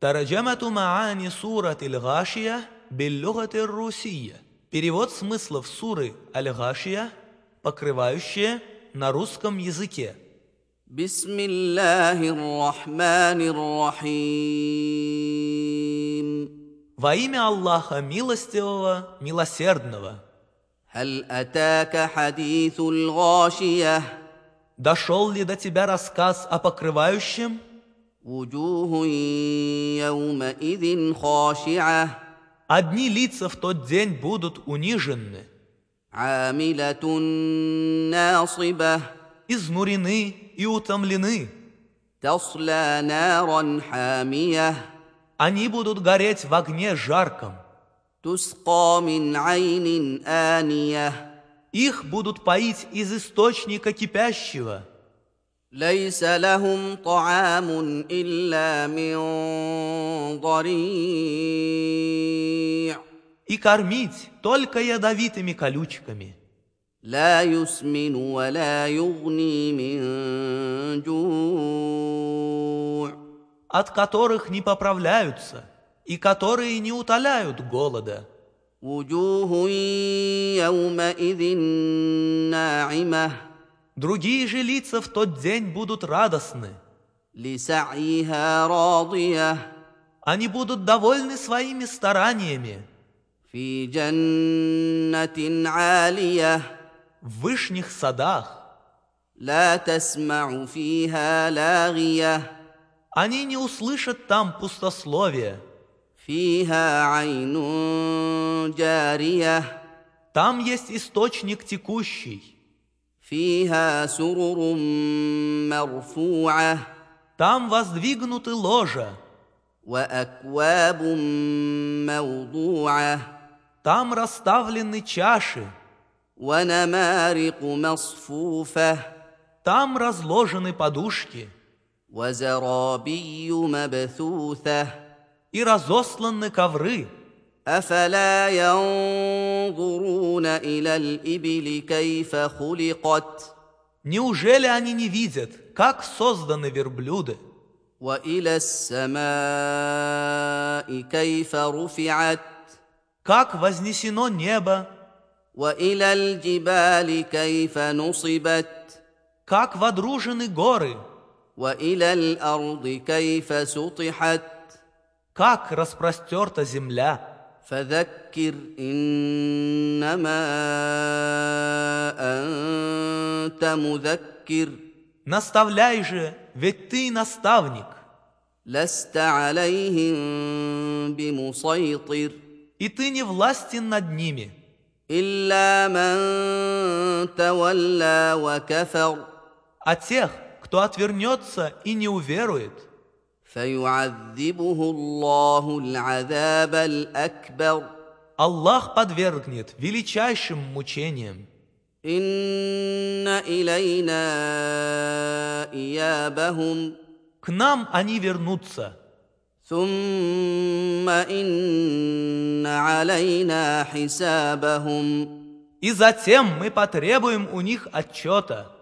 Тарджамату маани сурат Аль-Гашия биллюгат Руссия. Перевод смыслов суры Аль-Гашия, покрывающая на русском языке. بسم الله الرحمن الرحيم Во имя Аллаха Милостивого, Милосердного. هل أتاك حديث الغاشية Дошел ли до тебя рассказ о покрывающем? وجوه يومئذ خاشعة Одни лица в тот день будут унижены, عاملة ناصبة изнурены и утомлены. تصلى نارا حامية Они будут гореть в огне жарком. تسقى من عين آنية Их будут поить из источника кипящего. ليس لهم طعام إلا من ضريع и кормить только ядовитыми колючками. لا يسمن ولا يغني من جوع от которых не поправляются и которые не утоляют голода. وجوه يومئذ ناعمة Другие же лица в тот день будут радостны. لسعيها راضية Они будут довольны своими стараниями في جنة عالية в вышних садах. لا تسمع فيها لاغية Они не услышат там пустословия. فيها عين جارية Там есть источник текущий. فيها سرر مرفوعة Там воздвигнуты ложа. وأكواب موضوعة Там расставлены чаши. ونمارق مصفوفة Там разложены подушки. وزرابي مبثوثة И разосланы ковры. أفلا ينظرون إلى الإبل كيف خلقت Неужели они не видят, как созданы верблюды, وإلى السماء كيف رفعت как вознесено небо, وإلى الجبال كيف نصبت как водружены горы, وإلى الأرض كيف سطحت как распростерта земля? فذكر إنما أنت مذكر Наставляй же, ведь ты наставник, لست عليهم بمسيطر и ты не властен над ними, إلا من تولى وكفر а тех, кто отвернется и не уверует, فيعذبه الله العذاب الأكبر Аллах подвергнет величайшим мучениям. إن إلينا إيابهم К нам они вернутся, ثم إن علينا حسابهم и затем мы потребуем у них отчета.